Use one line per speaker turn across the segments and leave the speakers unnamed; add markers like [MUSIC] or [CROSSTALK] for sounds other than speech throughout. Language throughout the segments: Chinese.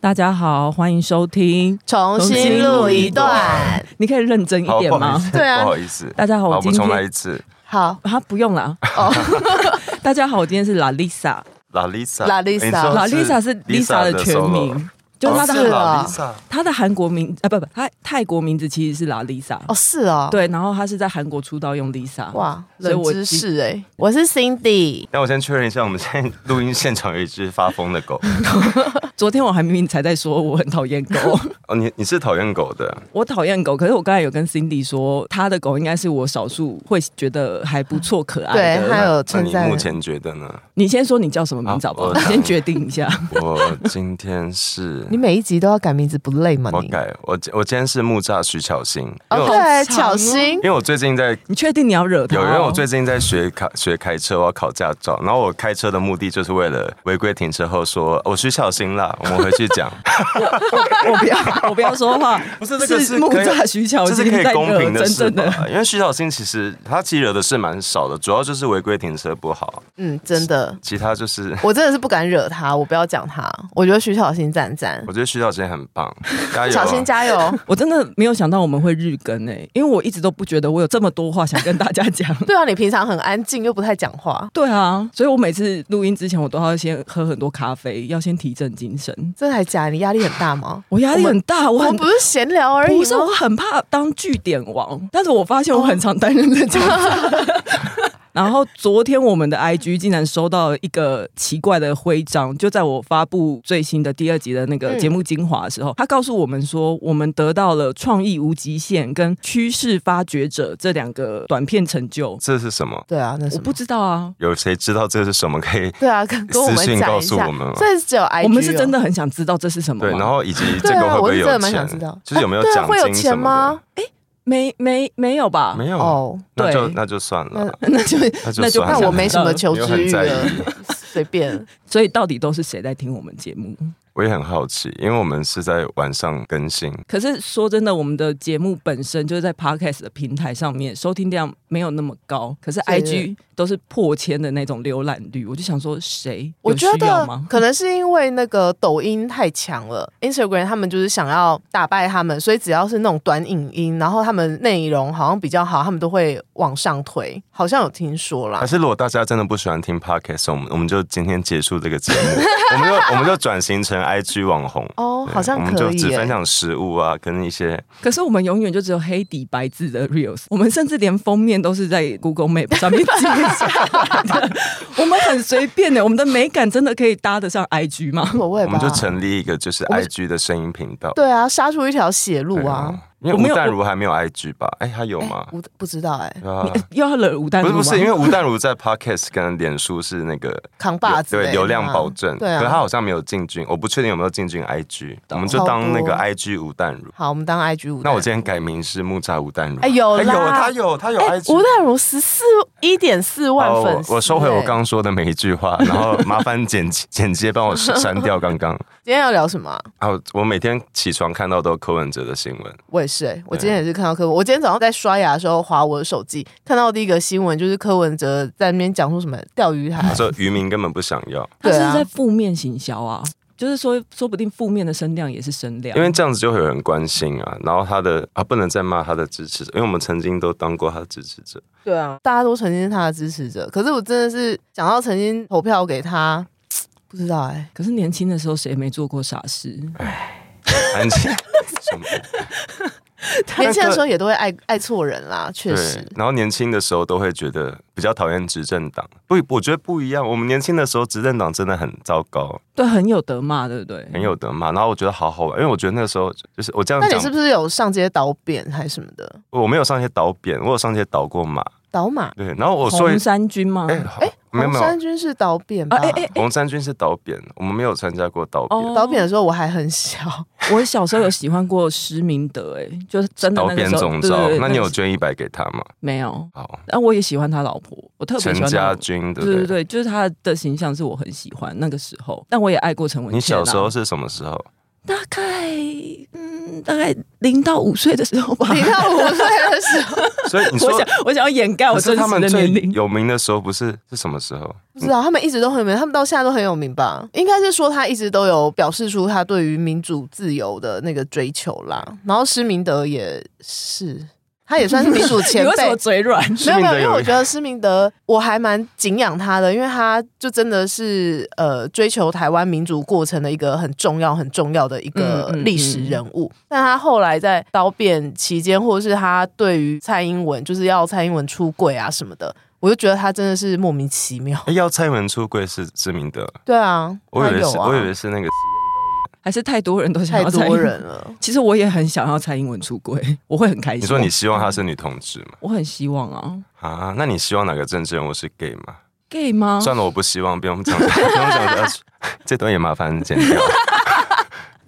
大家好，欢迎收听。
重
新
新
录
录
一
一
段
段。
你可以认真一
好，
点
不好
吗
意？思，
对啊
不好意思，
大家好，
好，
我
我
今
重来
天
一次。
好，
啊不用
[LAUGHS]
啦。
哦，
大家好，我今天是 La Lisa。
拉丽莎，
La Lisa
你说
La Lisa 是 Lisa 的全
solo
名，就是她
他
的
哦是
韩
啊
哦是 La Lisa
她的韩国名啊，不不，她泰国名字其实是 La Lisa。
[LAUGHS] 哦，是哦，，
对，然后她是在韩国出道用 Lisa。
哇，
所以
冷
我
知识哎，我是 Cindy，
那我先确认一下，我们现在录音现场有一只发疯的狗。 [LAUGHS]
昨天我还明明才在说我很讨厌狗，
哦，你你是讨厌狗的，
我讨厌狗，可是我刚才有跟 Cindy 说，她的狗应该是我少数会觉得还不错、可爱
对
的。啊
还哎有
那
称
你
赞
目前觉得
[LAUGHS]
呢？
你先说你叫什么名字好不好？
啊我呃
你先决定一下。
我今天
[LAUGHS]
是
你每一集都要改名字不累吗？
我
你
改我我今天是木栅徐巧芯，因为
哦，
我
对，
好长哦
巧心
[LAUGHS]
因，为我最近在
你确定你要惹他、
有，
哦？
因为我最近在学考学开车，我要考驾照，然后我开车的目的就是为了违规停车后说我徐巧芯啦，我们回去讲。
我不 [LAUGHS] 要，我不要说话。
[LAUGHS] 不是这个是
木
可以
栅徐巧
这
芯
是可以
在
公
惹
平的
真
事
正的。
吧？因为徐小新其实他其实惹的事蛮少的，主要就是违规停车不好，
嗯，真的。
其他就是
我真的是不敢惹他，我不要讲他。我觉得徐小新赞赞
我，觉得徐小新很棒，加油！啊
啊
小新加油！ [LAUGHS]
我真的没有想到我们会日更诶、因为我一直都不觉得我有这么多话想跟大家
[LAUGHS]
讲。
对啊，你平常很安静又不太讲话，
对啊，所以我每次录音之前，我都要先喝很多咖啡，要先提振精神。
真的还假的？你压力很大吗？
我压力很大，我
我
很
们不是闲聊而已
不是我
吗？
很怕当据点王，但是我发现我很常担任这角色。
哦
[LAUGHS] 然后昨天我们的 IG 竟然收到一个奇怪的徽章，就在我发布最新的第二集的那个
嗯
节目精华的时候，他告诉我们说，我们得到了创意无极限跟趋势发掘者这两个短片成就。
这是什么？
对啊，那
我
什
不
么？
知道啊，
有谁知道这是什么？可以
对啊，跟跟我
私
们
信
讲
告
一
诉
下
我们。
所以只有 IG，
我们是真
哦
的很想知道这是什么吗。
对，然后以及这
对
个
啊，
会不
我
会
是
有
真的蛮
钱？
想知道，
就是有没有
啊对啊
奖
会有
金什
钱
么
吗
的？？啊
没没没有吧？
没有，
哦，
那就
对
那就算了
那，
那就
那就
那就
算了。
那我没什么求
没有
知
很
欲
在意 [LAUGHS]
了，随
[LAUGHS]
便。
所以到底都是谁在听我们节目？
我也很好奇，因为我们是在晚上更新，
可是说真的，我们的节目本身就是在 podcast 的平台上面收听量没有那么高，可是
对
IG 都是破千的那种浏览率，我就想说谁
我
有
觉
需要
得
吗？
可能是因为那个抖音太强了，Instagram 他们就是想要打败他们，所以只要是那种短影音，然后他们内容好像比较好，他们都会往上推。好像有听说啦
还，是如果大家真的不喜欢听 podcast，我们我们就今天结束这个节目，
[LAUGHS]
我们就我们就转型成 IG 网红。
哦，好像
我们
可
就
以、
只分
耶。
享食物啊，跟一些
可是我们永远就只有黑底白字的 reels，我们甚至连封面都是在 Google Map 上面截下来
[LAUGHS]
的，我们很随便的、我们的美感真的可以搭得上 IG 吗？
无所谓
我
吧，
们就成立一个就是
我们
IG 的声音频道。
对啊，杀出一条血路
对
啊！，
因
我没
为
有
吴淡如还没有 IG 吧？哎，他有吗？
我不知道哎、
对 [LAUGHS] 啊
你又要惹吴丹
不
如
是
吗？
不是，因为吴淡如在 podcast 跟脸书是那
[LAUGHS]
个
扛把子、哎
对流量保证，
啊对
可是他
啊。
好像没有进军，我不确定有没有进军 IG，我们就当那个 IG 吴淡如。
好，我们当 IG 五代。
那我今天改名是木栅吴淡如。
哎有啦
有他有他有
哎
IG。
吴淡如十四一点四万
哦
粉丝、
我我收回
哎
我刚刚说的每一
[LAUGHS]
句话，然后麻烦剪辑剪接帮我删掉
[LAUGHS]
刚刚。
今天要聊什么啊、
啊，我我每天起床看到都柯文哲的新闻，
我也是、欸，我今天也是看到柯文，我今天早上在刷牙的时候划我的手机，看到第一个新闻就是柯文哲在那边讲说什么钓鱼台
他，说渔民根本不想
[LAUGHS]
要，
他是
对啊
在负面行销啊，就是说说不定负面的声量也是声量，
因为这样子就会有人关心啊。然后他的啊，不能再骂他的支持者，因为我们曾经都当过他的支持
[LAUGHS]
者。
[LAUGHS] 对啊，大家都曾经是他的支持者，可是我真的是想到曾经投票给他，不知道哎、
[LAUGHS]
可是年轻的时候谁没做过傻事？
安静，什么
年轻的时候也都会爱爱错人啦，确实
对。。然后年轻的时候都会觉得比较讨厌执政党，不，我觉得不一样。我们年轻的时候执政党真的很糟糕，
对，很有得骂，对不对？
很有得骂。然后我觉得好好玩，因为我觉得那时候就是我这样
那你
讲，
是不是有上街倒扁还是什么的？
我没有上街倒扁，我有上街倒过马。
倒马？
对，然后我说
红，三军吗？
哎、
啊
好
哎、
哦没有
红
没有，
山军是倒扁吧？
哎哎，
红三军是倒扁，我们没有参加过倒扁。
哦
倒扁的时候我还很小， [LAUGHS]
我小时候有喜欢过施明德，哎，就是真的
倒
那个
扁
时候
总 [LAUGHS]
对对
召
对，
那你有
个
捐一百给他吗？
没有？
好，
但我也喜欢他老婆，我特别
陈
喜欢他
家
老婆。
军对
对
不
对
对？
对，就是他的形象是我很喜欢那个时候，但我也爱过陈文茜啊。
你小时候是什么时候？ [LAUGHS]
大概嗯，大概零到五岁的时候吧。
你看五岁的时候，
所以 [LAUGHS] 你
我
说
想，我想要掩盖我
可是
真
他
实
们
的
最
年龄。
有名的时候不是是什么时候？
不知道他们一直都很有名，他们到现在都很有名吧？应该是说他一直都有表示出他对于民主自由的那个追求啦。然后施明德也是，他也算是民主
[LAUGHS] [LAUGHS]
前
你为什
辈
么。嘴软？
[LAUGHS] 没有没有，因为
有
我觉得施明德我还蛮敬仰他的，因为他就真的是呃追求台湾民主过程的一个很重要很重要的一个
嗯嗯
历史人物。但他后来在刀辩期间，或者是他对于蔡英文就是要蔡英文出柜啊什么的，我就觉得他真的是莫名其妙。
哎要蔡英文出柜是知名的，
对啊，
我以为
他
是，
有啊，
我以为是那个
还是太多人都想
太
要蔡英
多
文
人了。
[LAUGHS] 其实我也很想要蔡英文出轨，我会很开心。
你说你希望她是女同志吗？
我很希望啊
啊，那你希望哪个政治人物是 gay 吗？
，gay 吗？
算了，我不希望，不用讲，不 [LAUGHS] 用讲这 [LAUGHS] 这段也麻烦剪掉。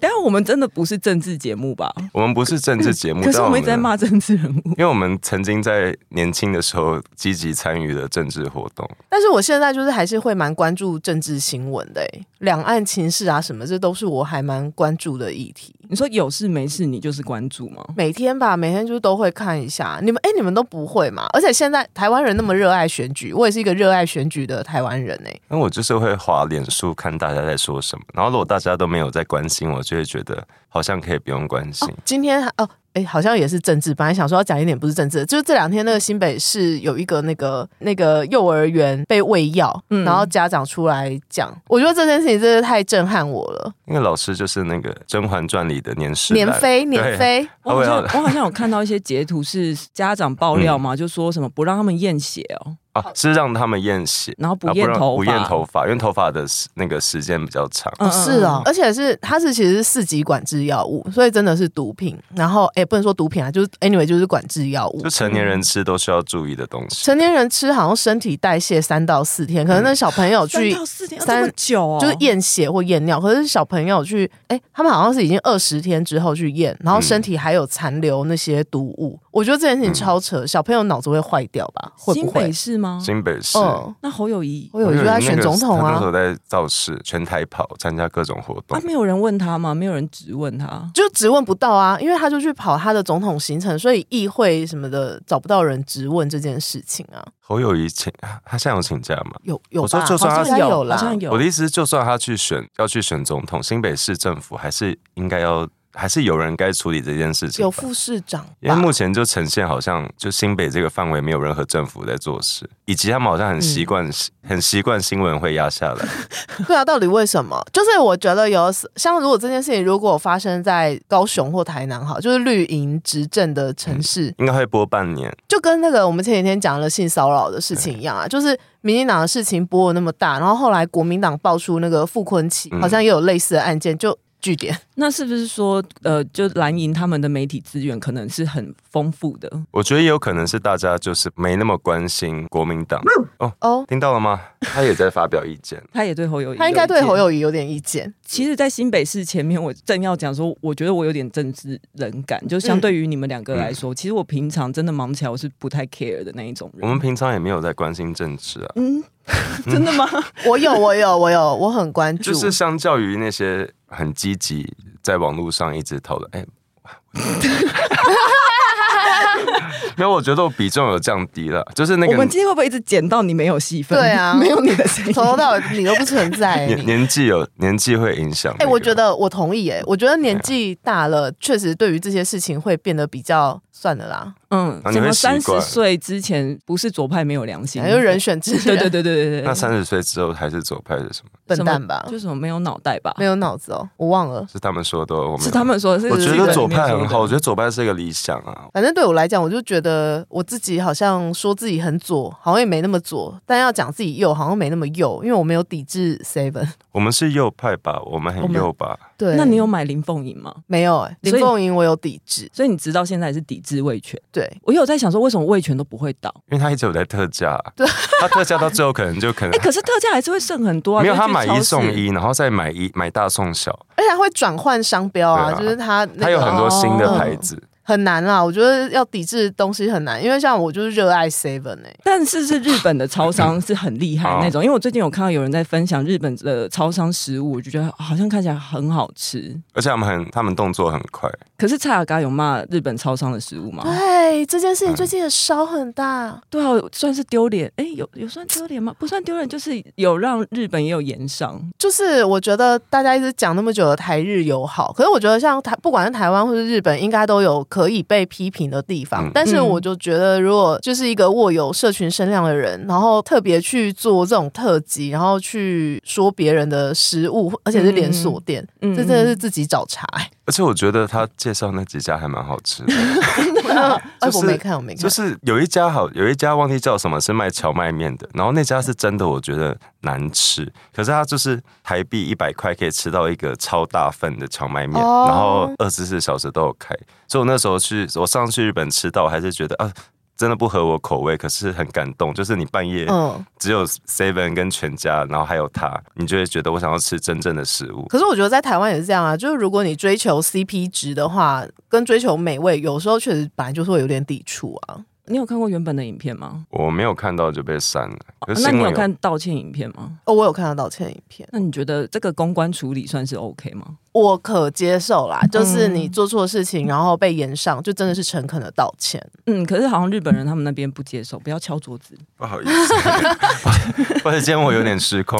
但我们真的不是政治节目吧？
我们不是政治节目，
可是
但
我们一直在骂政治人物。
因为我们曾经在年轻的时候积极参与了政治活动，
但是我现在就是还是会蛮关注政治新闻的、欸，两岸情势啊什么，这都是我还蛮关注的议题。
你说有事没事你就是关注吗？
每天吧，每天就是都会看一下。你们哎、你们都不会嘛？而且现在台湾人那么热爱选举，我也是一个热爱选举的台湾人哎、
那我就是会滑脸书看大家在说什么，然后如果大家都没有在关心，我就会觉得好像可以不用关心。
今天哦，哎、好像也是政治。本来想说要讲一点不是政治的，就是这两天那个新北市有一个那个那个幼儿园被喂药，
嗯
然后家长出来讲，我觉得这件事情真的太震撼我了。
那个老师就是那个《甄嬛传》里的年世
年
兰，
飞，年飞，
我好
我也
像
要
我好像有看到一些截图是家长爆料嘛，
嗯
就说什么不让他们验血哦，
啊，是让他们验血，
然后不
啊
验
让
头发，
不验头发，因为头发的时那个时间比较长。
嗯，嗯
是哦，，而且是它是其实是四级管制药物，所以真的是毒品。然后哎、不能说毒品啊，就是 anyway 就是管制药物
就。成年人吃都需要注意的东西，
成年人吃好像身体代谢三到四天，可能那小朋友
三
去
到四天要
三
这么久哦，
就是验血或验尿，可是小朋友去，哎、他们好像是已经二十天之后去验，然后身体还有残留那些毒物，我觉得这件事情超扯，小朋友脑子会坏掉吧？会
新
不
北
会？
市吗？
新北哦市。
嗯，
那侯友谊
我有就在
那
选
个
总统
他那时
啊，
候在造势，全台跑，参加各种活
啊
动，，
没有人问他吗？没有人质问他。
就质问不到啊，因为他就去跑他的总统行程，所以议会什么的找不到人质问这件事情啊，
侯友谊请他现在有请假吗？
有有
我说
吧？
就算
好
他
像有
好
啦，
像有
我的。意思是，就算他去选，要去选总统，新北市政府还是应该要，还是有人该处理这件事情
有
吧。
副市长
因为
吧？
目前就呈现好像就新北这个范围没有任何政府在做事，以及他们好像很习惯、很习惯新闻会压下来。
对啊，到底为什么？就是我觉得有像如果这件事情如果发生在高雄或台南，好，就是绿营执政的城市，
应该会播半年，
就跟那个我们前几天讲的性骚扰的事情一样啊，
嗯
就是民进党的事情播的那么大，然后后来国民党爆出那个傅昆奇，
嗯
好像也有类似的案件，就据点。
那是不是说，呃，就蓝营他们的媒体资源可能是很丰富的？
我觉得也有可能是大家就是没那么关心国民党。
哦。
听到了吗？他也在发表意见。
他也对侯友谊，
他应该对侯。友谊有点意见，
其实，在新北市前面，我正要讲说，我觉得我有点政治冷感，就
嗯
相对于你们两个来说，其实我平常真的忙起来，我是不太 care 的那一种人。
我们平常也没有在关心政治啊， [LAUGHS]
嗯，真的吗？
[LAUGHS] 我有，我有，我有，我很关
[LAUGHS]
注。
就是相较于那些很积极在网络上一直讨论，哎、没有，我觉得我比重有降低了，就是那
我
个
们今天会不会一直剪到你没有戏份？
对啊
[LAUGHS] 没有你的声音。
从头到尾你都不存在、
[LAUGHS]
欸，
年
你
年纪有年纪会影响
哎、
那个。啊
我觉得我同意、哎，我觉得年纪大了，确实对于这些事情会变得比较算了啦，
嗯，
啊你
什么
会习
三十
惯
岁之前不是左派没有良心，
还有哎人选之人，
[LAUGHS] 对对对对对对，
那三十岁之后还是左派是什么？
笨蛋吧，
就什么没有脑袋吧？
没有脑子哦，我忘了。
是他们说的，我们
是他。们说，是
我觉
日本
得
里
左
面
派
说
很
的
好，我觉得左派是一个理想啊。
反正对我来讲，我就觉得我自己好像说自己很左，好像也没那么左；但要讲自己右，好像没那么右，因为我没有抵制 Seven。
我们是右派吧？我们
我
很
们
右吧？
对
那你有买林凤营吗？
没有、欸？
所以
林凤营我有抵制，
所以你直到现在也是抵制味全。
对。
我有在想说，为什么味全都不会倒？
因为他一直有在特价啊，他特价到最后可能就可能
[LAUGHS] 哎、可是特价还是会剩很多啊。
没有，
就
他
去
买
超
一
市
送，一，然后再买一买大送小，
而且它会转换商标啊，
对啊
就是它、那个、
他有很多新的
哦
牌子。
很难啦，我觉得要抵制东西很难，因为像我就是热爱 Seven 哎、
但是是日本的超商是很厉害
嗯
那种，因为我最近有看到有人在分享日本的超商食物，我就觉得好像看起来很好吃。
而且他们很，他们动作很快，
可是蔡雅嘎有骂日本超商的食
啊
物吗？
对这件事
嗯
情最近也烧很大，
对啊，算是丢脸。哎，有有算丢脸吗？不算丢脸，就是有让日本也有延上。
就是我觉得大家一直讲那么久的台日友好，可是我觉得像台不管是台湾或是日本，应该都有可以被批评的地方。
嗯
但是我就觉得，如果就是一个握有社群声量的人，然后特别去做这种特辑，然后去说别人的食物，而且是连锁店，
嗯
这真的是自己找茬、
[LAUGHS]
欸。
而且我觉得他介绍那几家还蛮好吃的，
哎、
就是
我没看，我没看，
就是有一家好，有一家忘记叫什么，是卖荞麦面的，然后那家是真的我觉得难吃，可是它就是台币一百块可以吃到一个超大份的荞麦面，
哦
然后二十四小时都有开，所以我那时候去，我上次去日本吃到，我还是觉得啊。真的不合我口味，可是很感动。就是你半夜
嗯。
只有 Seven 跟全家，然后还有他，你就会觉得我想要吃真正的食物。
可是我觉得在台湾也是这样啊，就是如果你追求 CP 值的话，跟追求美味，有时候确实本来就是会有点抵触啊。
你有看过原本的影片吗？啊
我没有看到就被删了，
哦
可是
那
新
你
闻
有
有
看道歉影片吗？
哦，我有看到道歉影片，
那你觉得这个公关处理算是 OK 吗？
我可接受
嗯
啦，就是你做错事情，然后被延上，就真的是诚恳的道歉。
嗯，可是好像日本人他们那边不接受，不要敲桌子。
不好意思， [LAUGHS] 或者今天我有点失控。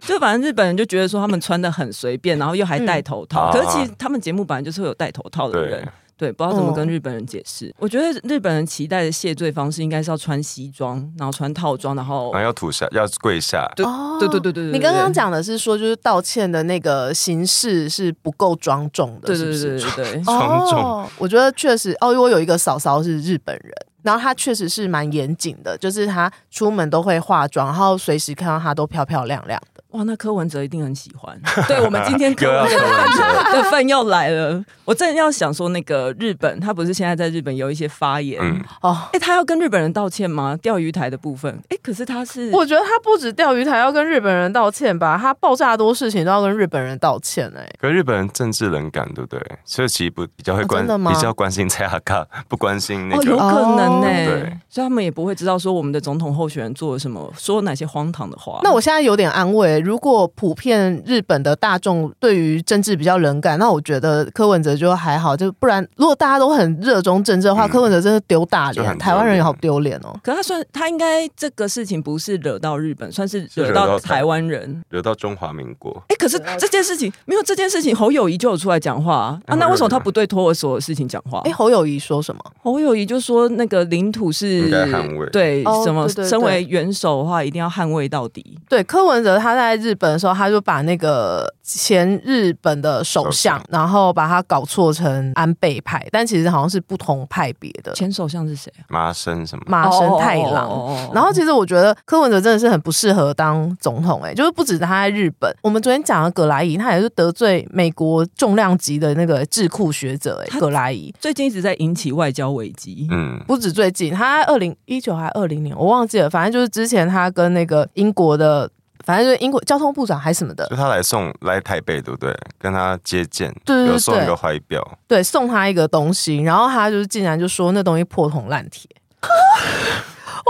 就反正日本人就觉得说他们穿的很随便，然后又还戴头套。
嗯
可是其实他们节目本来就是会有戴头套的人
对，
对，不知道怎么
哦
跟日本人解释。我觉得日本人期待的谢罪方式应该是要穿西装，然后穿套装，然后
然后要吐下，要跪下。
对
哦
对对对对对对
你刚刚讲的是说，就是道歉的那个形式是不够庄重的，
对
是
对
不是
对对对
[LAUGHS]
对。
庄重
哦，我觉得确实，哦，因为我有一个嫂嫂是日本人，然后她确实是蛮严谨的，就是她出门都会化妆，然后随时看到她都漂漂亮亮的。
哇，那柯文哲一定很喜欢。对我们今天柯
[LAUGHS] 又要
文哲
柯文哲，
的份又来了。我正要想说，那个日本，他不是现在在日本有一些发言。
嗯，
哦，
哎、他要跟日本人道歉吗？钓鱼台的部分，哎、可是他是
我觉得他不止钓鱼台要跟日本人道歉吧，他爆炸多事情都要跟日本人道歉哎、
可是日本人政治冷感，对不对？所以其实不比较会
哦
关，
真的吗
比较关心蔡阿嘎， [LAUGHS] 不关心那
哦，
个。
有可能呢、
欸
对
所以他们也不会知道说我们的总统候选人做了什么，说了哪些荒唐的话。
那我现在有点安慰，如果普遍日本的大众对于政治比较冷感，那我觉得柯文哲就还好，就不然如果大家都很热衷政治的话，
嗯
柯文哲真的丢大
就很
脸，
丢脸
台湾人也好丢脸哦。
可他算他应该这个事情不是惹到日本，算是
是
惹
惹
到
到
台
台
湾人。
惹到中华民国，
哎、可是
啊
这件事情没有这件事情，侯友谊就有出来讲话啊啊，那为什么他不对托我所有事情讲话？
哎、侯友谊说什么？
侯友谊就说那个领土是
应该捍卫
对
哦
什么
对对对
身为元首的话一定要捍卫到底。
对，柯文哲他在日本的时候，他就把那个前日本的首相
首，
然后把他搞错成安倍派，但其实好像是不同派别的
前首相是谁啊？
麻生什么？
麻生呃太郎。
哦
然后其实我觉得柯文哲真的是很不适合当总统、哎，就是不止他在日本，我们昨天讲的葛莱仪，他也是得罪美国重量级的那个智库学者、
他
哎，葛莱仪。
最近一直在引起外交危机。
嗯，
不止最近，他二零一九还二零年，我忘记了，反正就是之前他跟那个英国的，反正就是英国交通部长还什么的
就，他来送来台北，对不对？跟他接见，
对对对
有送一个怀表，
对，送他一个东西，然后他就是竟然就说那东西破铜烂铁。 [LAUGHS]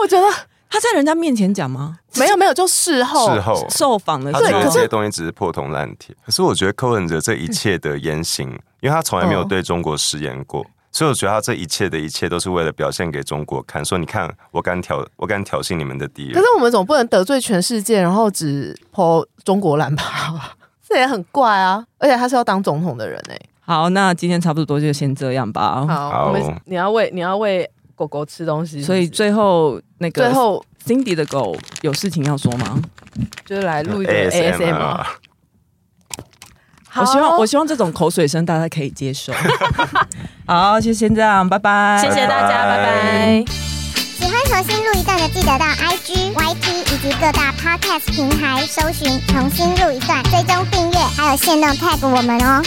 我觉得
他在人家面前讲吗？
没有没有，就事后
事后
受访的
他
时
觉
对
得
候，
可
这
是
些东西只是破铜烂铁。可是我觉得柯文哲这一切的言行，因为他从来没有
嗯
对中国食言过，所以我觉得他这一切的一切都是为了表现给中国看，说你看我敢挑，我敢挑衅你们的敌
可
人
是。我们总不能得罪全世界，然后只泼中国蓝吧？ [LAUGHS] 这也很怪啊！而且他是要当总统的人哎、
好，那今天差不多就先这样吧。
好
好
我们你要喂你要喂狗狗吃东西是不是
所以最后那个
最后
Cindy 的狗有事情要说吗？
就是来录一个
啊
ASMR。好啊
我希望我希望这种口水声大家可以接受。 [LAUGHS] 好，就先这样，拜拜。
谢谢大家，
拜
拜
拜
拜。
喜欢重新录一段的，记得到 IG、YT 以及各大 Podcast 平台搜寻“重新录一段”，追踪订阅，还有限定 tag 我们哦。